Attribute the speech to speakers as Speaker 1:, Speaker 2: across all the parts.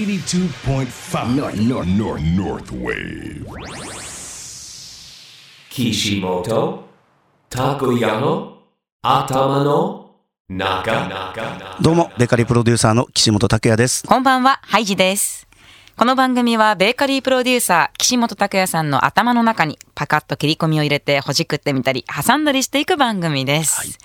Speaker 1: 82.5 North, North, North, North Wave.
Speaker 2: 岸本たこやの頭の中
Speaker 3: どうも、ベーカリープロデューサーの岸本拓也です。
Speaker 4: こんばんは、ハイジです。この番組はベーカリープロデューサー、岸本拓也さんの頭の中にパカッと切り込みを入れてほじくってみたり、挟んだりしていく番組です。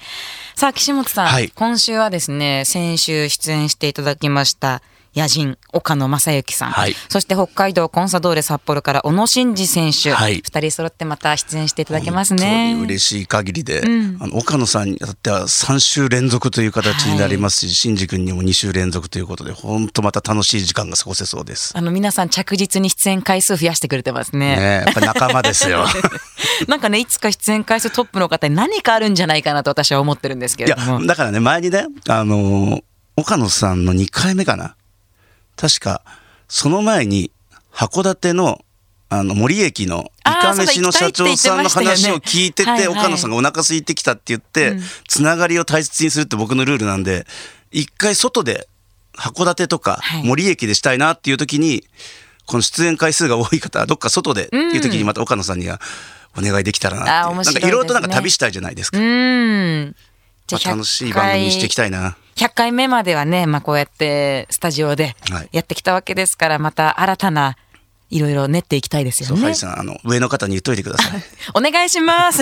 Speaker 4: さあ、岸本さん、
Speaker 3: はい
Speaker 4: 今週はですね、先週出演していただきました、野人、岡野正幸さん、
Speaker 3: はい
Speaker 4: そして北海道コンサドーレ札幌から小野伸二選手、二、
Speaker 3: はい
Speaker 4: 人揃ってまた出演していただけます
Speaker 3: 本当に
Speaker 4: ね。
Speaker 3: 嬉しい限りで、あの岡野さんにとっては3週連続という形になりますし、新次君にも2週連続ということで、本当また楽しい時間が過ごせそうです。
Speaker 4: あの皆さん着実に出演回数増やしてくれてますね。
Speaker 3: ねえ、やっぱ仲間ですよ。
Speaker 4: なんかね、いつか出演回数トップの方に何かあるんじゃないかなと私は思ってるんですけ
Speaker 3: い
Speaker 4: れ
Speaker 3: や
Speaker 4: ども。、
Speaker 3: だからね、前にね、あのー岡野さんの2回目かな。確か、その前に、函館の、あの、森駅の、
Speaker 4: あー
Speaker 3: イカ飯の社長さんの
Speaker 4: そうだ行き
Speaker 3: 話
Speaker 4: たい
Speaker 3: を
Speaker 4: って言ってました
Speaker 3: 聞
Speaker 4: よね
Speaker 3: いてて、
Speaker 4: はいはい
Speaker 3: 岡野さんがお腹空いてきたって言って、つながりを大切にするって僕のルールなんで、一回外で、函館とか
Speaker 4: はい
Speaker 3: 森駅でしたいなっていう時に、この出演回数が多い方はどっか外でっていう時にまた岡野さんにはお願いできたらなって
Speaker 4: あ
Speaker 3: い
Speaker 4: ー
Speaker 3: う、
Speaker 4: 面
Speaker 3: な
Speaker 4: 白
Speaker 3: ん
Speaker 4: い
Speaker 3: かいろいろとなんか
Speaker 4: ですね
Speaker 3: 旅したいじゃないですか、
Speaker 4: うん。
Speaker 3: まあ楽しい番組にしていき
Speaker 4: たい。
Speaker 3: たいな。
Speaker 4: 100回目まではね、まあこうやってスタジオで
Speaker 3: はい
Speaker 4: やってきたわけですから、また新たないろいろ練っていきたいですよ
Speaker 3: そう、
Speaker 4: ね。
Speaker 3: ハリさん、あの、上の方に言っといてください。
Speaker 4: お願いし ます。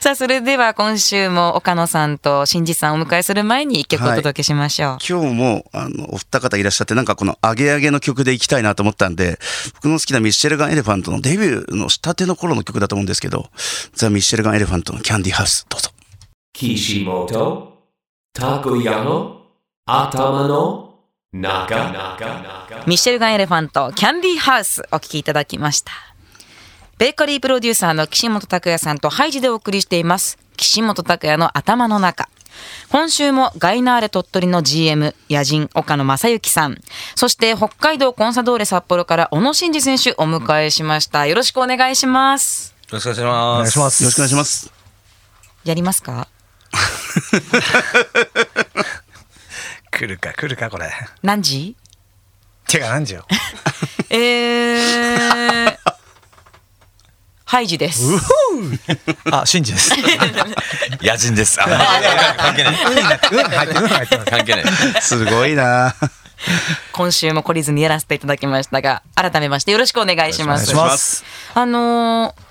Speaker 4: さあ、それでは今週も岡野さんと新次さんをお迎えする前に一曲お届けしましょう。
Speaker 3: 今日も、あの、お二方いらっしゃって、なんかこの、アゲアゲの曲で行きたいなと思ったんで、僕の好きなミッシェルガン・エレファントのデビューの下手の頃の曲だと思うんですけど、ザ・ミッシェルガン・エレファントのキャンディーハウス、どうぞ。
Speaker 2: 岸本たこやの頭の中
Speaker 4: ミッシェルガン・エレファント、キャンディーハウス、お聞きいただきました。ベーカリープロデューサーの岸本拓也さんとハイジでお送りしています。岸本拓也の頭の中。今週もガイナーレ鳥取の GM、野人岡野正幸さん、そして北海道コンサドーレ札幌から小野伸二選手お迎えしました。よろしくお願いします。
Speaker 5: よろしくお願いします。お願いしま
Speaker 3: よろしくお願いし ます。
Speaker 4: やりますか
Speaker 5: 来るか来るかこれ。
Speaker 4: 何時
Speaker 5: てか何時よ。
Speaker 4: えー、ハイジです。
Speaker 5: あ、シンジ です。
Speaker 6: 野人 です。あ関係ない。
Speaker 5: うん入ってるうん入ってます。
Speaker 6: 関係ない。
Speaker 3: すごいな
Speaker 4: 今週も懲りずにやらせていただきましたが改めましてよろしくお願いします。
Speaker 5: お願いします
Speaker 4: あのー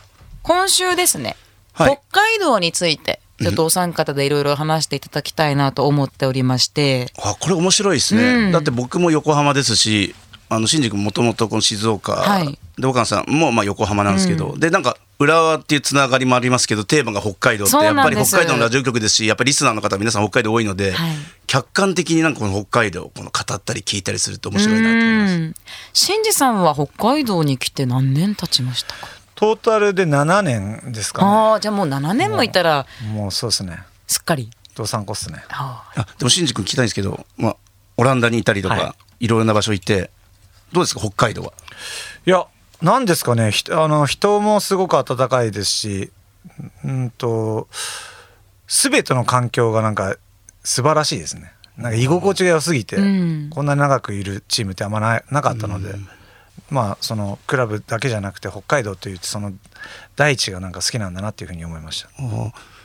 Speaker 4: 今週ですね、
Speaker 3: はい
Speaker 4: 北海道についてちょっとお三方でいろいろ話していただきたいなと思っておりまして、
Speaker 3: あ、これ面白いですね。
Speaker 4: うん
Speaker 3: だって僕も横浜ですし、あの、新宿もともとこの静岡、
Speaker 4: はい
Speaker 3: で、岡野さんもまあ横浜なんですけど、で、なんか、浦和っていうつながりもありますけど、テーマが北海道って、
Speaker 4: そ
Speaker 3: や
Speaker 4: う
Speaker 3: っ
Speaker 4: な
Speaker 3: ぱ
Speaker 4: ん
Speaker 3: り
Speaker 4: です
Speaker 3: 北海道のラジオ局ですし、やっぱりリスナーの方、皆さん北海道多いので、
Speaker 4: はい
Speaker 3: 客観的になんかこの北海道をこの語ったり聞いたりすると面
Speaker 4: う
Speaker 3: 白いなと思います。
Speaker 4: ん、しんじさんは北海道に来て何年経ちましたか。
Speaker 5: トータルで7年ですか
Speaker 4: ああーじゃあもう7年もいたら
Speaker 5: ね。もうそうですね。
Speaker 4: すっかり。
Speaker 5: ドサンコっすね。
Speaker 4: あ
Speaker 3: あでも新宿君聞きたいんですけど、まあ、オランダにいたりとか、、
Speaker 5: はい
Speaker 3: ろいろな場所行ってどうですか北海道は。
Speaker 5: いや、なんですかね。ひあの人もすごく温かいですし、うんとすべての環境がなんか素晴らしいですね。なんか居心地が良すぎて、
Speaker 4: うん
Speaker 5: こんなに長くいるチームってあんまななかったので。まあそのクラブだけじゃなくて北海道というその大地がなんか好きなんだなっていうふうに思いました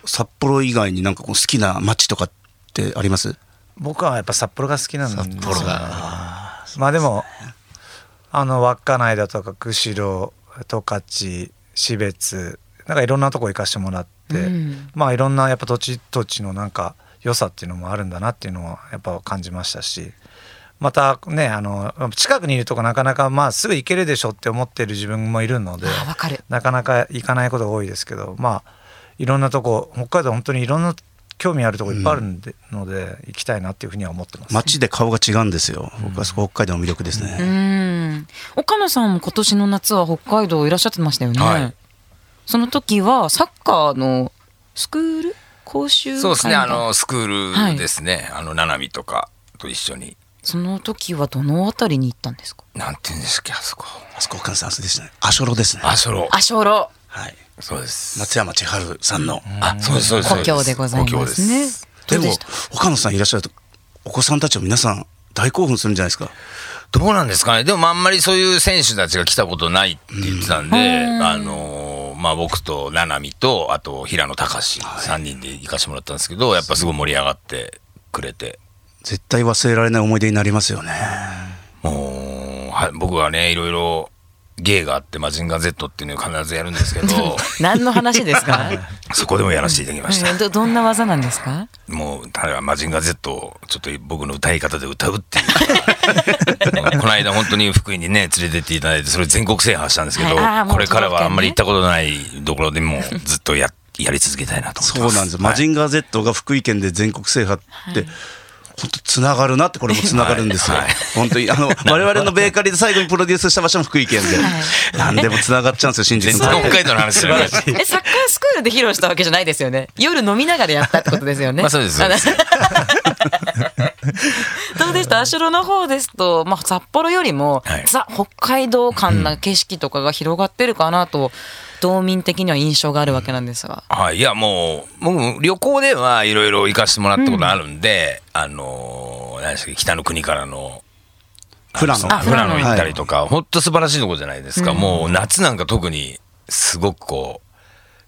Speaker 3: 札幌以外になんかこう好きな街とかってあります
Speaker 5: 僕はやっぱ札幌が好きなんですよね
Speaker 3: 札幌が
Speaker 5: まあでもあの稚内だとか釧路十勝標別なんかいろんなとこ行かしてもらって、
Speaker 4: うん
Speaker 5: まあいろんなやっぱ土地土地のなんか良さっていうのもあるんだなっていうのはやっぱ感じましたしまたねあの近くにいるとこなかなかまあすぐ行けるでしょって思ってる自分もいるので
Speaker 4: あわかる。
Speaker 5: なかなか行かないことが多いですけどまあいろんなとこ北海道本当にいろんな興味あるとこいっぱいあるんで、ので行きたいなっていうふうには思ってます。
Speaker 3: 街で顔が違うんですよ僕はそこ北海道の魅力ですね。
Speaker 4: うん。岡野さんも今年の夏は北海道いらっしゃってましたよね。
Speaker 6: はい
Speaker 4: その時はサッカーのスクール講習会
Speaker 6: そうですね。
Speaker 4: みた
Speaker 6: あ
Speaker 4: いな
Speaker 6: のスクールですね。あのナナミとかと一緒に。
Speaker 4: その時はどのあたりに行ったんですか。
Speaker 6: なんて言うんですかあそこ。
Speaker 3: あそこ岡野さんあそこでしたね。アショロですね。
Speaker 6: あそろ。
Speaker 4: アショロ
Speaker 3: はい。
Speaker 6: そうです。
Speaker 3: 松山千春さんの。
Speaker 6: あそうですそうです。
Speaker 4: 故郷でござい
Speaker 6: 故郷
Speaker 4: ま
Speaker 6: です
Speaker 4: ね。
Speaker 6: す。
Speaker 4: ど
Speaker 3: で
Speaker 4: うで
Speaker 3: も
Speaker 4: した
Speaker 3: 岡野さんいらっしゃるとお子さんたちも皆さん大興奮するんじゃないですか。
Speaker 6: どうなんですかねでもあんまりそういう選手たちが来たことないって言ってたんで、あのーまあ僕と七海とあと平野隆3人で行かしてもらったんですけどやっぱすごい盛り上がってくれて
Speaker 3: 絶対忘れられない思い出になりますよね。
Speaker 6: もうは僕はねいろいろ芸があって「マジンガー Z」っていうのを必ずやるんですけ ど
Speaker 4: 何の話です か
Speaker 6: そこでもやらせていただきました
Speaker 4: どどんな技なんですか
Speaker 6: もう彼は「マジンガー Z」をちょっと僕の歌い方で歌うっていうこの間本当に福井にね連れてっていただいてそれ全国制覇したんですけど、
Speaker 4: はいあーもう
Speaker 6: これからはあんまり行っ
Speaker 4: 東
Speaker 6: たことないところでもうずっとややり続けたいなと
Speaker 3: そう
Speaker 6: 思って
Speaker 3: な
Speaker 6: ます
Speaker 3: んですよ。マジンガー Z が福井県で全国制覇って、本当つながるなってこれもつながるんですよ。
Speaker 6: はいはい
Speaker 3: 本当にあ の我々のベーカリーで最後にプロデュースした場所も福井県で、何でもつながっちゃうんですよ新宿
Speaker 6: 全
Speaker 3: の
Speaker 6: 然 北海道の話するから
Speaker 4: えサッカースクールで披露したわけじゃないですよね夜飲みながらやったってことですよね
Speaker 6: まあそうですそうです
Speaker 4: どうでした足の方ですと、まあ、札幌よりも、
Speaker 6: はい
Speaker 4: ザ北海道間な景色とかが広がってるかなと、道民的には印象があるわけなんですが。
Speaker 6: はい、いやもう僕も旅行ではいろいろ行かしてもらったことあるんで、あのー何でしたっけ北の国からの
Speaker 3: フラノ。
Speaker 6: あ富良野行った
Speaker 3: はい
Speaker 6: りとか、ほんと素晴らしいとこじゃないですか、もう夏なんか特にすごくこ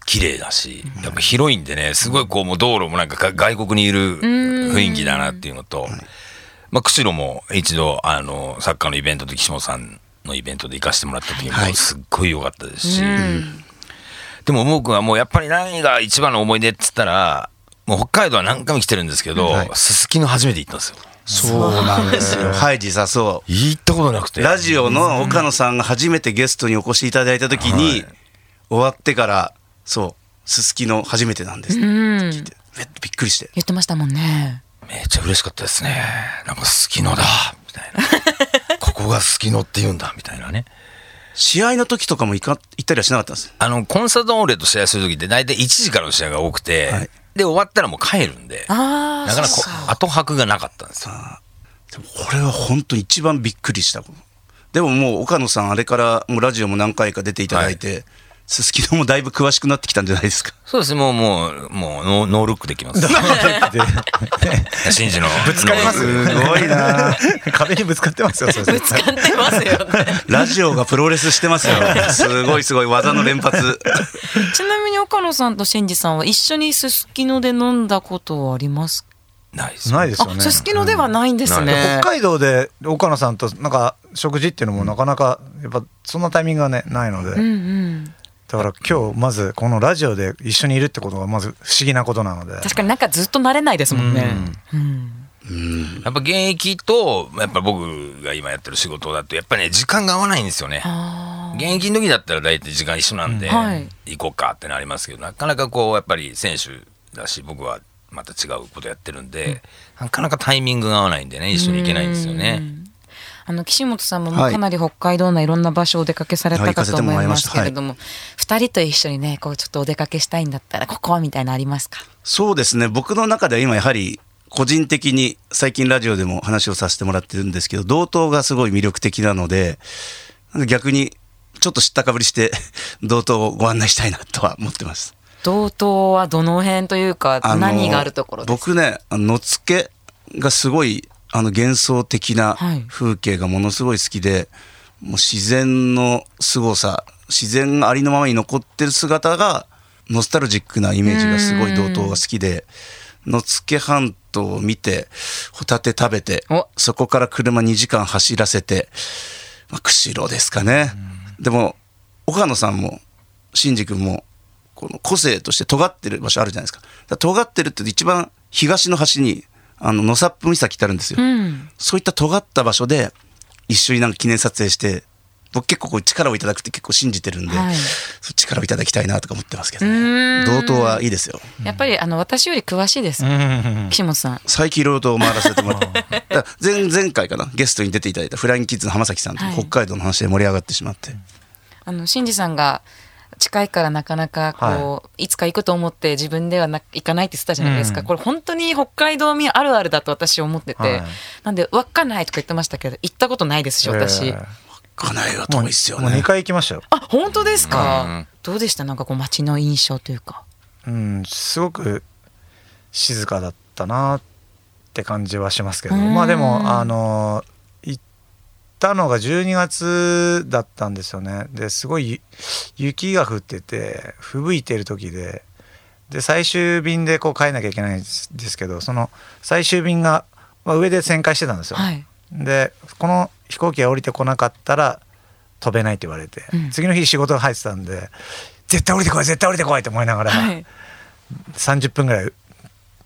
Speaker 6: う綺麗だしやっぱ広いんでねすごいこうもう道路もなんかが外国にいる雰囲気だなっていうのと、まあ、釧路も一度あのサッカーのイベントで岸本さんのイベントで行かせてもらった時
Speaker 3: は
Speaker 6: も
Speaker 3: い
Speaker 6: すっごい良かったですし、でも僕はもうやっぱり何が一番の思い出っつったらもう北海道は何回も来てるんですけど、
Speaker 3: はい
Speaker 6: すすきの初めて行ったんですよ。
Speaker 3: そうなんですよ。はい、実はそう。
Speaker 6: 行ったことなくて
Speaker 3: ラジオの岡野さんが初めてゲストにお越しいただいた時に、終わってからそうすすきの初めてなんですって聞いてえびっくりして
Speaker 4: 言ってましたもんね。
Speaker 6: めっちゃ嬉しかったですね。なんか好きのだ、みたいな。ここが好きのって言うんだ、みたいなね。
Speaker 3: 試合の時とかも行か行ったりはしなかったんです
Speaker 6: あの、コンサートオーレと試合する時って大体1時からの試合が多くて、
Speaker 3: はい
Speaker 6: で、終わったらもう帰るんで、な
Speaker 4: ああ、
Speaker 6: かなか
Speaker 4: そうそ
Speaker 6: こ
Speaker 4: う
Speaker 6: う後泊がなかったんですよ。
Speaker 3: でもこれは本当に一番びっくりしたことでももう岡野さんあれからもうラジオも何回か出ていただいてすすきのもだいぶ詳しくなってきたんじゃないですか
Speaker 6: そうですね、もう、もう、もうノー、ノールックできます。 シンジの。ぶつ
Speaker 5: かります
Speaker 3: すごいな
Speaker 5: 壁にぶつかってますよそれ
Speaker 4: ぶつかってますよね。
Speaker 3: ラジオがプロレスして ますよすごいすごい技の連発
Speaker 4: ちなみに岡野さんとシェンジさんは一緒にすすきので飲んだことはありますか
Speaker 6: ないです。
Speaker 5: ないですよ
Speaker 4: あ、
Speaker 5: ね
Speaker 4: すすきのではないんですね
Speaker 5: 北。海道で岡野さんとなんか食事っていうのもなかなかやっぱそんなタイミングがねないので、
Speaker 4: うんうん。
Speaker 5: だから今日まずこのラジオで一緒にいるってことがまず不思議なことなので
Speaker 4: 確かになんかずっと慣れないですもんね。
Speaker 6: やっぱ現役と、やっぱ僕が今やってる仕事だと、やっぱね、時間が合わないんですよね。
Speaker 4: あ
Speaker 6: 現役の時だったら大体時間一緒なんで、
Speaker 4: うんはい
Speaker 6: 行こうかってなりますけどなかなかこうやっぱり選手だし僕はまた違うことやってるんで、なかなかタイミングが合わないんでね一緒に行けないんですよね。
Speaker 4: ーあの岸本さんもも
Speaker 3: は
Speaker 4: う
Speaker 3: い
Speaker 4: かなり北海道のいろんな場所をお出かけされ
Speaker 3: は
Speaker 4: た
Speaker 3: い行
Speaker 4: か
Speaker 3: かせ
Speaker 4: と
Speaker 3: ても
Speaker 4: 思
Speaker 3: ら
Speaker 4: い
Speaker 3: い
Speaker 4: ま
Speaker 3: まし
Speaker 4: す
Speaker 3: た
Speaker 4: けれども、二人と一緒にね、こうちょっとお出かけしたいんだったら、ここはみたいなのありますか。
Speaker 3: そうですね僕の中では今やはり個人的に最近ラジオでも話をさせてもらってるんですけど同等がすごい魅力的なのでなんか逆にちょっと知ったかぶりして 同等をご案内したいなとは思ってます。
Speaker 4: 道東はどの辺というか、
Speaker 3: あの
Speaker 4: 何があるところですか。
Speaker 3: 僕ねあの野付がすごいあの幻想的な
Speaker 4: はい
Speaker 3: 風景がものすごい好きで、もう自然の凄さ自然がありのままに残ってる姿がノスタルジックなイメージがすごい同等が好きで野付半島を見てホタテ食べて
Speaker 4: お
Speaker 3: そこから車2時間走らせて、まあ、釧路ですかね。でも岡野さんも新次君もこの個性として尖ってる場所あるじゃないですかだから尖ってるって一番東の端にあの野サップ岬ってあるんですよ、
Speaker 4: うん。
Speaker 3: そういった尖った場所で一緒になんか記念撮影して僕結構こう力をいただくって結構信じてるんで、
Speaker 4: はい
Speaker 3: そう力をいただきたいなとか思ってますけど、ね、同等はいいですよ
Speaker 4: やっぱりあの私より詳しいです。岸本さん。
Speaker 3: 最近いろいろと回らせてもら ってだから前前回かなゲストに出ていただいたフライングキッズの浜崎さんと
Speaker 4: はい
Speaker 3: 北海道の話で盛り上がってしまって、
Speaker 4: あの新次さんが近いからなかなかこう、い、つか行くと思って自分ではな行かないって言ってたじゃないですか、これ本当に北海道民あるあるだと私思ってて、
Speaker 5: はい
Speaker 4: なんで稚内とか言ってましたけど行ったことないですし私、
Speaker 5: えー
Speaker 3: かなりは
Speaker 5: も
Speaker 3: 遠
Speaker 5: う
Speaker 3: いっすよ
Speaker 5: もう
Speaker 3: ね
Speaker 5: 2回行きましたよ、
Speaker 4: あ本当ですか、どうでしたなんかこう街の印象というか
Speaker 5: うん、すごく静かだったなっって感じはしますけどまあでもあの行ったのが12月だったんですよねですごいゆ雪が降ってて吹雪いてる時でで最終便でこう帰んなきゃいけないんですですけどその最終便が、まあ、上で旋回してたんですよ。
Speaker 4: はい
Speaker 5: でこの飛行機が降りてこなかったら飛べないって言われて、
Speaker 4: うん
Speaker 5: 次の日仕事が入ってたんで絶対降りてこい絶対降りてこいって思いながら、
Speaker 4: はい
Speaker 5: 30分ぐらい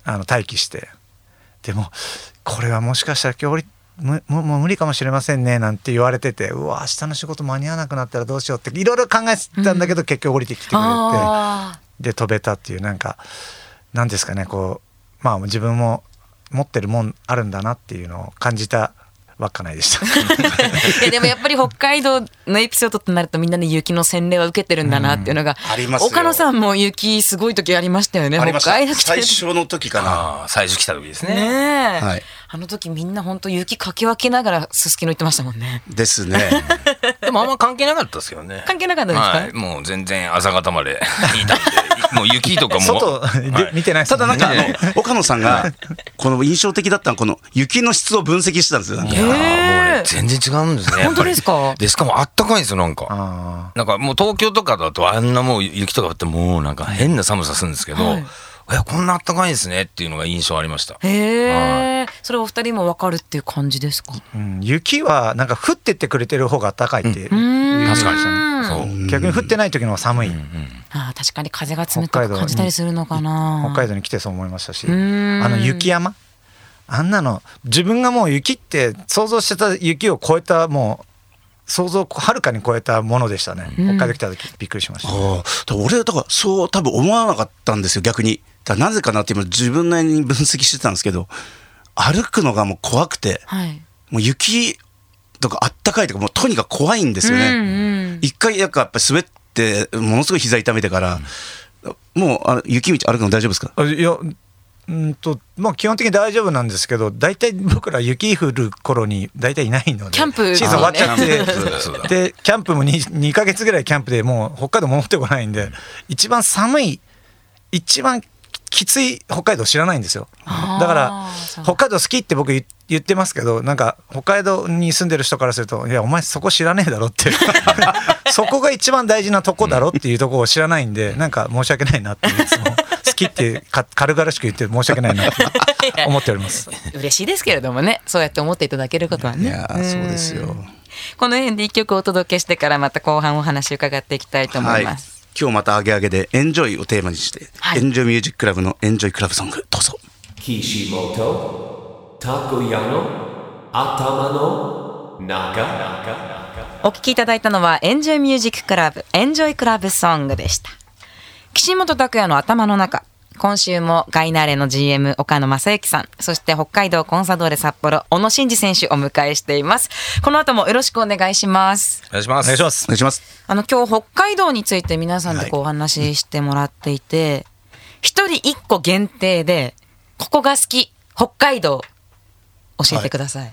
Speaker 5: あの待機してでもこれはもしかしたら今日降りむもうもう無理かもしれませんねなんて言われててうわ明日の仕事間に合わなくなったらどうしようっていろいろ考えてたんだけど、結局降りてきてくれて
Speaker 4: あ
Speaker 5: で飛べたっていうなんかなんですかねこうまあ自分も持ってるもんあるんだなっていうのを感じた稚内でした。
Speaker 4: ーいやでもやっぱり北海道のエピソードとなるとみんなね雪の洗礼は受けてるんだなっていうのが、
Speaker 3: んありますよ
Speaker 4: 岡野さんも雪すごい時ありましたよね
Speaker 3: ありまし
Speaker 4: 北海道
Speaker 3: た
Speaker 4: 来た
Speaker 3: 最
Speaker 4: 時
Speaker 3: 初の時かな
Speaker 6: ああ、最初来た時ですね。
Speaker 4: ねえ、
Speaker 3: はい
Speaker 4: あの時みんな本当雪かき分けながらすすきの行ってましたもんね
Speaker 3: です ね
Speaker 6: でもあんま関係なかったですけどね。
Speaker 4: 関係なかったですか
Speaker 6: はい、もう全然朝方までいた んで、もう雪とかも。
Speaker 5: 外で
Speaker 6: はい
Speaker 5: 見てないです
Speaker 3: た
Speaker 5: も
Speaker 3: だ
Speaker 5: んね
Speaker 3: なんかあの岡野さんがこの印象的だったのはこの雪の質を分析してたんですよなん
Speaker 6: い
Speaker 3: か
Speaker 6: やーもう
Speaker 4: へー
Speaker 6: ね、全然違うんですね。や
Speaker 4: 本
Speaker 6: っぱり
Speaker 4: 当ですか
Speaker 6: で、しかもあったかいんですよ、なんか。
Speaker 5: あ
Speaker 6: なんかもう東京とかだとあんなもう雪とかってもうなんか変な寒さするんですけど、
Speaker 4: はい
Speaker 6: いやこんなあったかいんですねっていうのが印象ありました。
Speaker 4: へえそれお二人も分かるっていう感じですか
Speaker 5: ー、うん、雪はなんか降ってってくれてる方が暖かいって、
Speaker 4: ん
Speaker 6: 確かに。そう。
Speaker 5: 逆に降ってない時の方が寒い、
Speaker 4: あー確かに風が冷たく感じたりするのかな
Speaker 5: 北海道に来てそう思いましたし、
Speaker 4: ん
Speaker 5: あの雪山あんなの自分がもう雪って想像してた雪を超えたもう想像をはるかに超えたものでしたね、北海道来た時びっくりしました、
Speaker 3: ああ、だから俺だからそう多分思わなかったんですよ逆に。だからなぜかなって今自分なりに分析してたんですけど、歩くのがもう怖くて、
Speaker 4: はい
Speaker 3: もう雪とかあったかいとかもうとにかく怖いんですよ
Speaker 4: う
Speaker 3: ね。
Speaker 4: ん
Speaker 3: 一回なんかやっぱ滑ってものすごい膝痛めてから、もうあの雪道歩くの大丈夫ですか？
Speaker 5: あいやうんとまあ基本的に大丈夫なんですけど大体僕ら雪降る頃に大体いないので
Speaker 4: キャンプ
Speaker 5: シーズン終わっちゃっ
Speaker 6: あーそうだそうだ
Speaker 5: てでキャンプも 2, 2ヶ月ぐらいキャンプでもう北海道戻ってこないんで一番寒い一番きつい北海道知らないんですよ
Speaker 4: あー
Speaker 5: だから
Speaker 4: そう
Speaker 5: 北海道好きって僕言言ってますけどなんか北海道に住んでる人からすると「いやお前そこ知らねえだろ」って そこが一番大事なとこだろっていうとこを知らないんでなんか申し訳ないなっていういつも好きってか軽々しく言って申し訳ない なって思っております。
Speaker 4: うん 嬉しいですけれどもねそうやって思っていただけることはいね
Speaker 3: やーそうですよ。
Speaker 4: この辺で一曲お届けしてからまた後半お話伺っていきたいと思います、
Speaker 3: 今日またアゲアゲでエンジョイをテーマにして、
Speaker 4: はい
Speaker 3: エンジョイミュージッククラブのエンジョイクラブソングどうぞ。
Speaker 2: Kishimoto Takoyano Atamano Naga
Speaker 4: お聞きいただいたのはエンジョイミュージッククラブエンジョイクラブソングでした岸本拓也の頭の中今週もガイナーレの GM 岡野正幸さんそして北海道コンサドーレ札幌小野伸二選手お迎えしていますこの後もよろしくお願いします
Speaker 6: お願いします。
Speaker 5: お願いします
Speaker 3: お願いします。
Speaker 4: あの今日北海道について皆さんでこうお話ししてもらっていて一、人一個限定でここが好き北海道教えてください、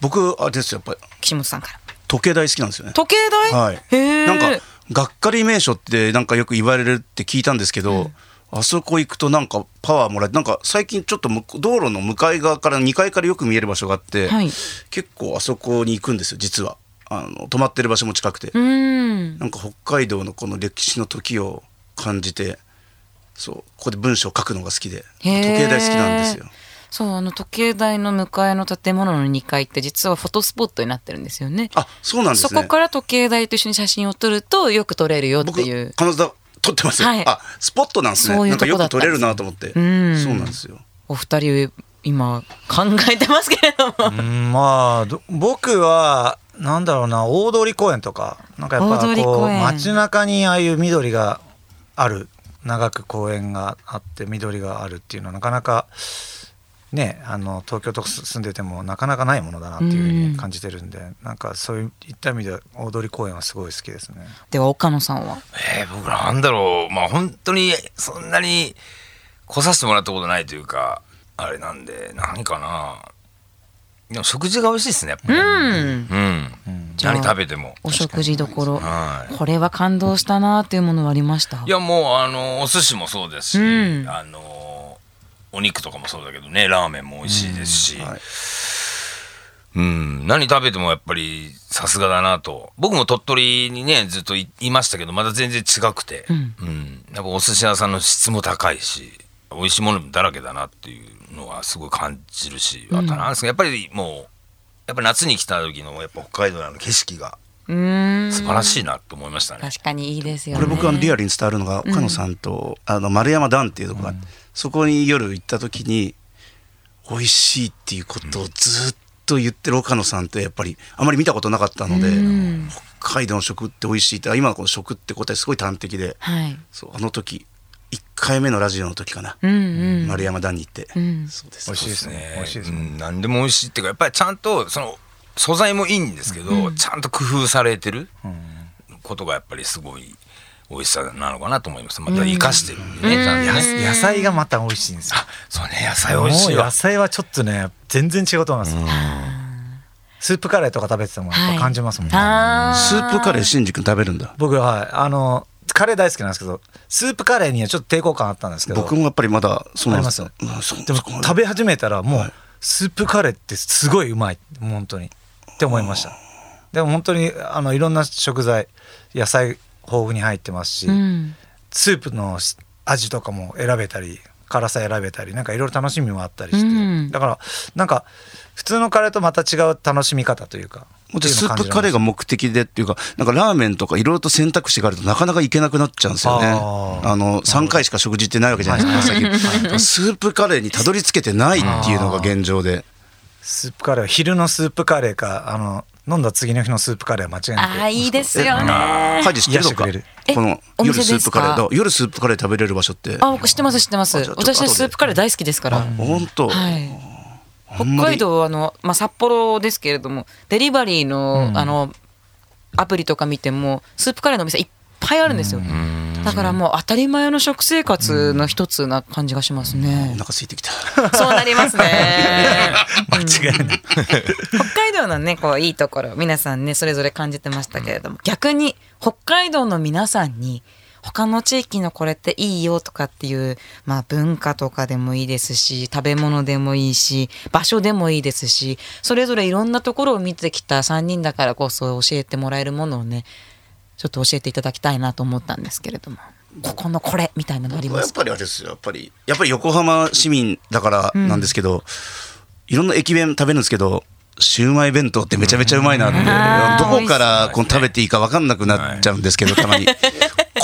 Speaker 3: 僕あれですよやっぱり
Speaker 4: 岸本さんから
Speaker 3: 時計大好きなんですよね。
Speaker 4: 時計台、
Speaker 3: はい
Speaker 4: へえ
Speaker 3: なんかがっかり名所ってなんかよく言われるって聞いたんですけど、あそこ行くとなんかパワーもらえてなんか最近ちょっとむ道路の向かい側から2階からよく見える場所があって、
Speaker 4: はい
Speaker 3: 結構あそこに行くんですよ実はあの泊まってる場所も近くて、
Speaker 4: うん
Speaker 3: なんか北海道のこの歴史の時を感じてそうここで文章を書くのが好きで時
Speaker 4: へー
Speaker 3: 計台好きなんですよ。
Speaker 4: そうあの時計台の向かいの建物の2階って実はフォトスポットになってるんですよね
Speaker 3: あそうなんですね
Speaker 4: そこから時計台と一緒に写真を撮るとよく撮れるよって
Speaker 3: 僕
Speaker 4: いう
Speaker 3: 彼女撮ってますよ、
Speaker 4: はい
Speaker 3: あスポットなんですね
Speaker 4: そういう
Speaker 3: なん
Speaker 4: と
Speaker 3: か
Speaker 4: こ
Speaker 3: よ
Speaker 4: だっ
Speaker 3: く
Speaker 4: た
Speaker 3: 撮
Speaker 4: んです
Speaker 3: れ
Speaker 4: ね
Speaker 3: るなと思って
Speaker 4: うん
Speaker 3: そうなんですよ
Speaker 4: お二人今考えてますけれども
Speaker 5: うんまあど僕はなんだろうな大通公園とかなんかやっ
Speaker 4: 大
Speaker 5: ぱ
Speaker 4: 通
Speaker 5: こ
Speaker 4: 公
Speaker 5: う
Speaker 4: 園
Speaker 5: 街中にああいう緑がある長く公園があって緑があるっていうのはなかなかねあの東京とか住んでてもなかなかないものだなっていうふうに感じてるんで、なんかそういった意味では大通公園はすごい好きですね。
Speaker 4: では岡野さんは
Speaker 6: えー、僕なんだろう。まあ本当にそんなに来させてもらったことないというか、あれなんで、何かな。でも食事が美味しいですね、やっぱね。
Speaker 4: うん
Speaker 6: うん。
Speaker 4: じゃあ
Speaker 6: 何食べても。
Speaker 4: お食事どころ
Speaker 6: はい
Speaker 4: これは感動したなっていうものはありました
Speaker 6: いやもうあのお寿司もそうですし、
Speaker 4: うん
Speaker 6: あのおお肉とかもそうだけどねラーメンも美味しいですし、うん
Speaker 3: はい
Speaker 6: 何食べてもやっぱりさすがだなと僕も鳥取にねずっといいましたけどまだ全然違くて、うんやっぱお寿司屋さんの質も高いし美味しいものだらけだなっていうのはすごい感じるし、あとなんですかやっぱりもうやっぱ夏に来た時のやっぱ北海道のあの景色が
Speaker 4: うーん
Speaker 6: 素晴らしいなと思いましたね。
Speaker 4: 確かにいいですよ
Speaker 3: こ
Speaker 4: ね
Speaker 3: れ僕あのリアルに伝わるのが岡野さんと、あの丸山団っていうとこがあって、そこに夜行った時に美味しいっていうことをずっと言ってる岡野さんってやっぱりあまり見たことなかったので、北海道の食って美味しいって今のこの食って答えすごい端的で、
Speaker 4: はい
Speaker 3: そうあの時1回目のラジオの時かな、
Speaker 4: うんうん
Speaker 3: 丸山団に行って、
Speaker 4: ん
Speaker 3: そうです
Speaker 5: 美味しいですね美味しいです
Speaker 6: う
Speaker 5: ね、
Speaker 6: ん、何でも美味しいっていうかやっぱりちゃんとその素材もいいんですけど、ちゃんと工夫されてることがやっぱりすごい美味しさなのかなと思いますまた生かしてるんでね、ちゃんとね
Speaker 5: 野菜がまた美味しいんですよ
Speaker 6: そうね野菜美味しい
Speaker 5: もう
Speaker 6: わ
Speaker 5: 野菜はちょっとね全然違うと思います、スープカレーとか食べててもやっぱ感じますもんね、
Speaker 4: あ
Speaker 3: スープカレー新宿食べるんだ
Speaker 5: 僕はいあのカレー大好きなんですけどスープカレーにはちょっと抵抗感あったんですけど
Speaker 3: 僕もやっぱりまだそうなんです
Speaker 5: あ
Speaker 3: うんそう
Speaker 5: でも
Speaker 3: そこま
Speaker 5: 食べ始めたらも
Speaker 3: はいう
Speaker 5: スープカレーってすごいうまい本当にって思いましたでも本当にあのいろんな食材野菜豊富に入ってますし、
Speaker 4: うん
Speaker 5: スープのし味とかも選べたり辛さ選べたりなんかいろいろ楽しみもあったりして、
Speaker 4: うん
Speaker 5: だからなんか普通のカレーとまた違う楽しみ方というか
Speaker 3: もうスープカレーが
Speaker 5: が
Speaker 3: 目的でっていうか、なんかラーメンとかいろいろと選択肢があるとなかなか行けなくなっちゃうんですよね。
Speaker 5: あー
Speaker 3: あの、3回しか食事ってないわけじゃないですか、朝日スープカレーにたどり着けてないっていうのが現状で。
Speaker 5: スープカレーは昼のスープカレーかあの飲んだ次の日のスープカレーは間違いな
Speaker 4: あー
Speaker 5: く
Speaker 4: いいですよね
Speaker 3: ハイジ知ってるのか
Speaker 5: 癒してく
Speaker 4: れる
Speaker 3: この
Speaker 4: えお
Speaker 3: 夜
Speaker 4: 店
Speaker 3: ス
Speaker 4: です
Speaker 3: ープ
Speaker 4: か
Speaker 3: カレーだ。夜スープカレー食べれる場所って。
Speaker 4: あ僕知ってます知ってま
Speaker 3: あ
Speaker 4: す
Speaker 3: じゃあちょっと
Speaker 4: 私
Speaker 3: 後で
Speaker 4: スープカレー大好きですから
Speaker 3: 本当。
Speaker 4: はい
Speaker 3: あん
Speaker 4: 北
Speaker 3: ま
Speaker 4: 海
Speaker 3: り
Speaker 4: 道はあの、まあ、札幌ですけれどもデリバリーの,、あのアプリとか見てもスープカレーのお店いっぱいあるんですよ、だからもう当たり前の食生活の一つな感じがします
Speaker 3: お
Speaker 4: ね、
Speaker 3: 腹空いてきた。
Speaker 4: そうなりま すね
Speaker 5: 間違いない
Speaker 4: 北海道のねこういいところ皆さんねそれぞれ感じてましたけれども逆に北海道の皆さんに他の地域のこれっていいよとかっていう、まあ、文化とかでもいいですし食べ物でもいいし場所でもいいですしそれぞれいろんなところを見てきた3人だからこそ教えてもらえるものをねちょっと教えていただきたいなと思ったんですけれどもここのこれみたいなのありま
Speaker 3: やっ
Speaker 4: すか
Speaker 3: ぱりあれですよ。やっぱり、やっぱり横浜市民だからなんですけど、いろんな駅弁食べるんですけど、シューマイ弁当ってめちゃめちゃうまいなって、
Speaker 4: うん
Speaker 3: どこからこう食べていいか分かんなくなっちゃうんですけど、たまに。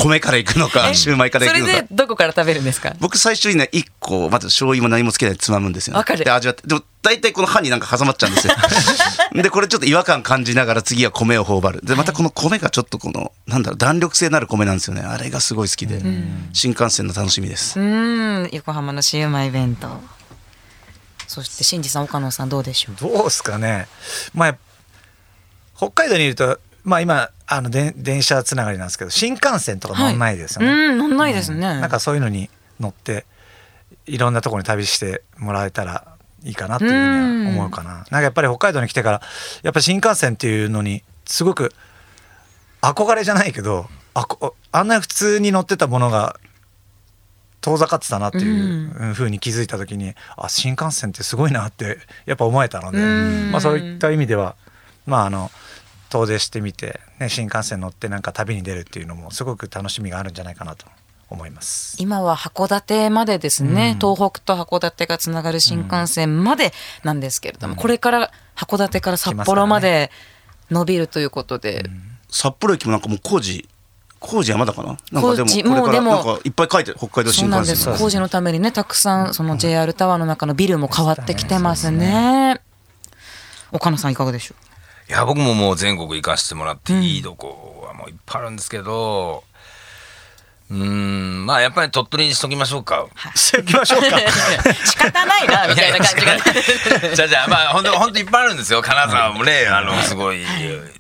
Speaker 3: 米から行くのか、シューマイから行
Speaker 4: そ
Speaker 3: く
Speaker 4: れ
Speaker 3: のか
Speaker 4: で。どこから食べるんですか
Speaker 3: 僕最初にね、1個、まず醤油も何もつけないでつまむんですよ、ね。
Speaker 4: わかる
Speaker 3: で、味わって。でも大体この歯になんか挟まっちゃうん ですよ。で、これちょっと違和感感じながら次は米を頬張る。で、またこの米がちょっとこの、なんだろう、弾力性のある米なんですよね。あれがすごい好きで、新幹線の楽しみです。
Speaker 4: うーん横浜のシウマイ弁当そして新次さん岡野さんどうでしょう
Speaker 5: どうですかね、まあ、北海道にいると、まあ、今あのでん電車つながりなんですけど新幹線とか乗んないですよね、
Speaker 4: うんなんないですね、
Speaker 5: なんかそういうのに乗っていろんなところに旅してもらえたらいいかなっていうふうには思うかな、なんかやっぱり北海道に来てからやっぱ新幹線っていうのにすごく憧れじゃないけどあこあんな普通に乗ってたものが遠ざかってたなっていううんふうに気づいた時に、あ新幹線ってすごいなってやっぱ思えたので、
Speaker 4: うん
Speaker 5: まあ、そういった意味ではまああの遠出してみて、ね、新幹線乗ってなんか旅に出るっていうのもすごく楽しみがあるんじゃないかなと思います。
Speaker 4: 今は函館までですね、東北と函館がつながる新幹線までなんですけれども、これから函館から札幌まで伸びるということで、
Speaker 3: 札幌駅もなんかもう工事工事はまだかななんかでも
Speaker 4: 工事
Speaker 3: これ
Speaker 4: もう
Speaker 3: か
Speaker 4: で
Speaker 3: ら
Speaker 4: も
Speaker 3: なんかいっぱい書いてる北海道
Speaker 4: そう
Speaker 3: 新
Speaker 4: なん
Speaker 3: 幹
Speaker 4: です
Speaker 3: 線
Speaker 4: 工事のためにねたくさんその JR タワーの中のビルも変わってきてますね。岡野さんいかがでしょ
Speaker 6: いや僕ももう全国行かしてもらっていいとこはもういっぱいあるんですけどうんまあやっぱり鳥取にしときましょうか。
Speaker 5: していきましょう か。
Speaker 4: う仕方ないなみたいな感じが
Speaker 6: じゃあじゃあまあ本当本当いっぱいあるんですよ金沢もねあのすごい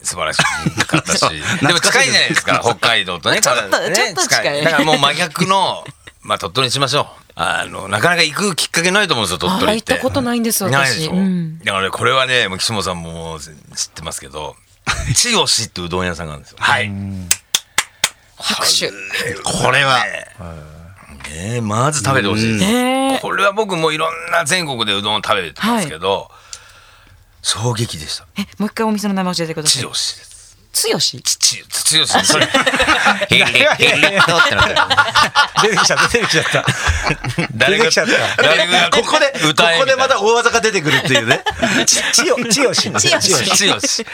Speaker 6: 素晴らしか ったしでも近いじゃないですか北海道とね
Speaker 4: ちょっと
Speaker 6: 金沢ね
Speaker 4: ちょっと近い
Speaker 6: だからもう真逆のまあ鳥取にしましょうあのなかなか行くきっかけないと思うんですよ鳥取って
Speaker 4: あ行ったことないんですよ
Speaker 6: ないで
Speaker 4: 私
Speaker 6: しょ
Speaker 4: うん
Speaker 6: だからねこれはねもう岸本さんももう知ってますけど千代市ってうどん屋さんがあるんですよはい
Speaker 4: 拍手
Speaker 6: これはねまず食べてほしいです
Speaker 4: ねえね
Speaker 6: これは僕もいろんな全国でうどんを食べてたんですけど、衝撃でした。
Speaker 4: えもう一回お店の名前教えてくださ
Speaker 6: 千
Speaker 4: い
Speaker 6: 代氏です。
Speaker 4: つよし
Speaker 6: 千代千代氏です。それへへへへとってなってる
Speaker 5: 出てきちゃった出てきちゃった
Speaker 6: 誰
Speaker 5: 出てきちゃった
Speaker 6: 誰が
Speaker 3: ここで、こ
Speaker 6: 歌え
Speaker 3: こでま
Speaker 6: み
Speaker 3: た大技が出てくるっていう ね。
Speaker 5: 千 代千代氏
Speaker 6: たいな千代氏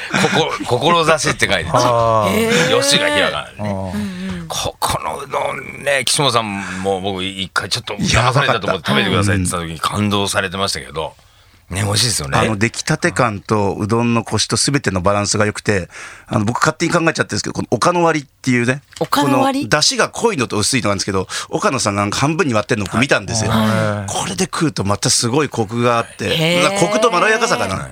Speaker 6: 心志って書いてあ
Speaker 5: あー
Speaker 6: る吉がひらがなね
Speaker 5: あー
Speaker 6: ここのうどんね岸本さんも僕一回ちょっと騙されたと思って食べてくださいって言った時に感動されてましたけどね美味しいですよね
Speaker 3: あの出来たて感とうどんのコシと全てのバランスが良くてあの僕勝手に考えちゃってるんですけどこの丘の割りっていうね
Speaker 4: 丘の割り
Speaker 3: この出汁が濃いのと薄いのなんですけど岡野さんがなんか半分に割ってるのを見たんですよ、これで食うとまたすごいコクがあっ
Speaker 4: へ
Speaker 3: て
Speaker 4: ー
Speaker 3: なんかコクとまろやかさかな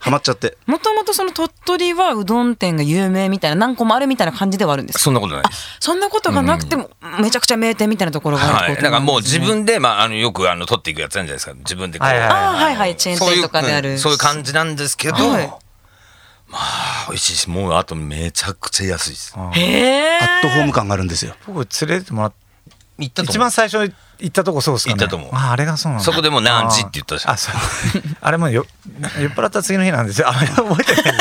Speaker 3: ハマっちゃって
Speaker 4: もともとその鳥取はうどん店が有名みたいな何個もあるみたいな感じではあるんですか
Speaker 6: そんなことないです
Speaker 4: そんなことがなくても、めちゃくちゃ名店みたいなところがあ
Speaker 6: は
Speaker 4: るって
Speaker 6: い、
Speaker 4: こ
Speaker 6: な
Speaker 4: と
Speaker 6: ん
Speaker 4: な
Speaker 6: か
Speaker 4: ん
Speaker 6: もう
Speaker 4: ですね、
Speaker 6: 自分で、まあ、あのよくあの取っていくやつなんじゃないですか自分でこう、
Speaker 5: はいはい
Speaker 4: ああはいはいチェーン店とかである
Speaker 6: そういううんそういう感じなんですけど、
Speaker 4: はい
Speaker 6: まあ美味しいしもうあとめちゃくちゃ安いです
Speaker 3: ア
Speaker 4: へー
Speaker 3: ットホーム感があるんですよ
Speaker 5: 僕連れてってもらっ
Speaker 6: 行ったと
Speaker 5: 一
Speaker 6: 思う
Speaker 5: 番最初行ったとこそうですかね
Speaker 6: 行ったと思う
Speaker 5: ああれがそうなんだ
Speaker 6: そこでもう何時って言ったじゃん
Speaker 5: あそうあれもよ酔っ払った次の日なんですよあれ覚えて ない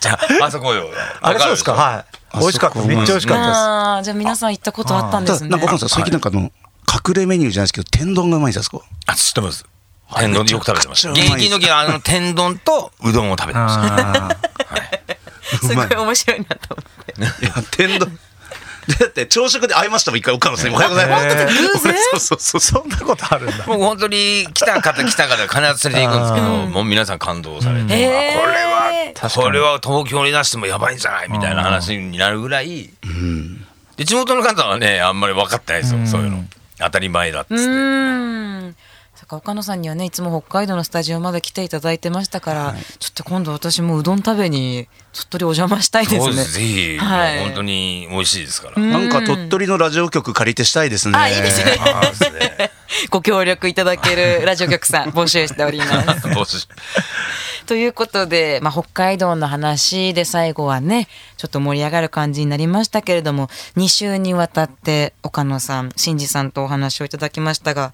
Speaker 6: じゃああそこよ
Speaker 5: あれそうですかはい
Speaker 3: あ
Speaker 5: 美味しかった
Speaker 3: そこ
Speaker 5: めっちゃ美味しかっ
Speaker 4: あーじゃあ皆さん行ったことあったん
Speaker 3: た
Speaker 4: で
Speaker 3: だ
Speaker 4: すね
Speaker 3: なんか岡野さん最近なんかあの、隠れメニューじゃないですけど天丼がうまいんですよあそこ
Speaker 6: あ知ってます天丼よく食べてました
Speaker 3: めち
Speaker 6: 現
Speaker 3: ゃくちゃうまい
Speaker 6: 役の時はあの天丼とうどんを食べてました
Speaker 4: す
Speaker 3: う
Speaker 4: ご
Speaker 3: まい
Speaker 4: い面白いなと思って
Speaker 3: いや天丼だって朝食で会いましたもん一回岡野さんにおはようございます、
Speaker 5: 本当に
Speaker 4: 偶然
Speaker 3: そうそうそう
Speaker 5: たそんなことあるんだ
Speaker 6: もう本当に来た方来た方必ず連れて行くんですけどもう皆さん感動されて、
Speaker 4: へー
Speaker 6: これはこれは東京に出してもやばいんじゃないみたいな話になるぐらい、で地元の方はねあんまり分かってないですよ、そういうの当たり前だっつって、
Speaker 4: うーんそっか岡野さんにはねいつも北海道のスタジオまで来ていただいてましたから、ちょっと今度私もうどん食べに鳥取お邪魔したいですね
Speaker 6: そうですぜひ、
Speaker 4: はい
Speaker 6: もう本当に美味しいですから、
Speaker 3: なんか鳥取のラジオ局借りてしたいですね
Speaker 4: あいいですね
Speaker 6: あーですね
Speaker 4: ご協力いただけるラジオ局さん募集しております
Speaker 6: 帽子
Speaker 4: ということで、まあ、北海道の話で最後はねちょっと盛り上がる感じになりましたけれども2週にわたって岡野さん新次さんとお話をいただきましたが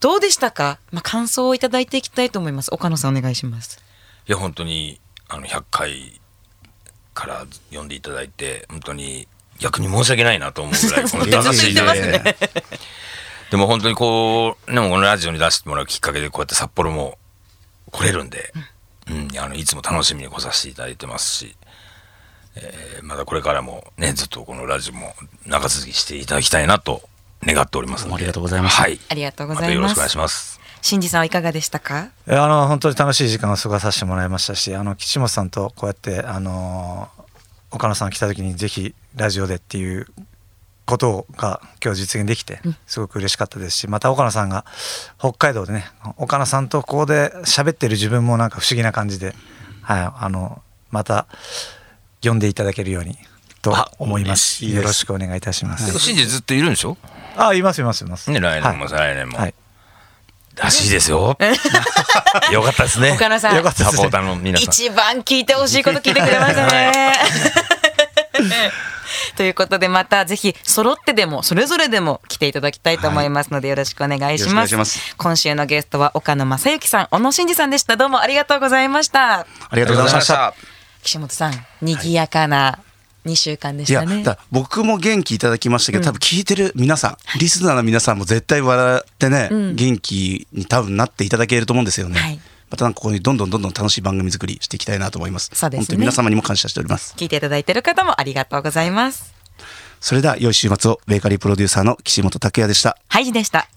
Speaker 4: どうでしたか、まあ、感想をいただいていきたいと思います岡野さんお願いします
Speaker 6: いや本当にあの100回から読んでいただいて本当に逆に申し訳ないなと思うぐらい この出させていただいてでも本当にこうでもこのラジオに出してもらうきっかけでこうやって札幌も来れるんで、うん、あのいつも楽しみに来させていただいてますし、えーまだこれからもねずっとこのラジオも長続きしていただきたいなと願っておりますので
Speaker 7: ありがとうございます
Speaker 6: はい、
Speaker 4: ありがとうご
Speaker 6: ま
Speaker 4: ざ
Speaker 6: た
Speaker 4: い
Speaker 6: よろ
Speaker 4: ま
Speaker 6: しくお願い
Speaker 4: す
Speaker 6: します
Speaker 4: 新次さんはいかがでしたか
Speaker 5: えあの本当に楽しい時間を過ごさせてもらいましたしあの岸本さんとこうやってあの岡野さん来た時にぜひラジオでっていうことが今日実現できてすごく嬉しかったですしまた岡野さんが北海道でね岡野さんとここで喋ってる自分もなんか不思議な感じで、はい、あのまた呼んでいただけるようにと思います
Speaker 3: 嬉しいです
Speaker 5: よろしくお願いいたします、
Speaker 6: 信じずっといるんでしょ
Speaker 5: あいますいますいます、
Speaker 6: ね来年
Speaker 5: は
Speaker 6: も
Speaker 5: い
Speaker 6: 再来年も
Speaker 5: はい、
Speaker 6: らしいですよ。よかったですね。
Speaker 4: 岡野さん
Speaker 5: よかったで
Speaker 6: サ
Speaker 5: す
Speaker 6: ポ
Speaker 5: ね
Speaker 6: ーターの皆さん。
Speaker 4: 一番聞いてほしいこと聞いてくれましたね。 ということでまたぜひ揃ってでもそれぞれでも来ていただきたいと思いますのでよろしくお願いし
Speaker 3: よろし
Speaker 4: ます。
Speaker 3: くお願いしま
Speaker 4: 今週のゲストは岡野正幸さん、小野真二さんでした。どうもありがとうございました。
Speaker 3: ありがとうございました。
Speaker 4: 岸本さん、賑やかな2週間で
Speaker 3: い
Speaker 4: し
Speaker 3: や、
Speaker 4: たね。
Speaker 3: だから僕も元気いただきましたけど、多分聞いてる皆さん、リスナーの皆さんも絶対笑ってね、元気に多分なっていただけると思うんですよね。
Speaker 4: はい
Speaker 3: またなんかこういうどんどんどんどん楽しい番組作りしていきたいなと思います。
Speaker 4: そうですね
Speaker 3: 本当に皆様にも感謝しております。
Speaker 4: 聞いていただいている方もありがとうございます。
Speaker 3: それでは良い週末をベーカリープロデューサーの岸本拓也でした。
Speaker 4: ハイジでした。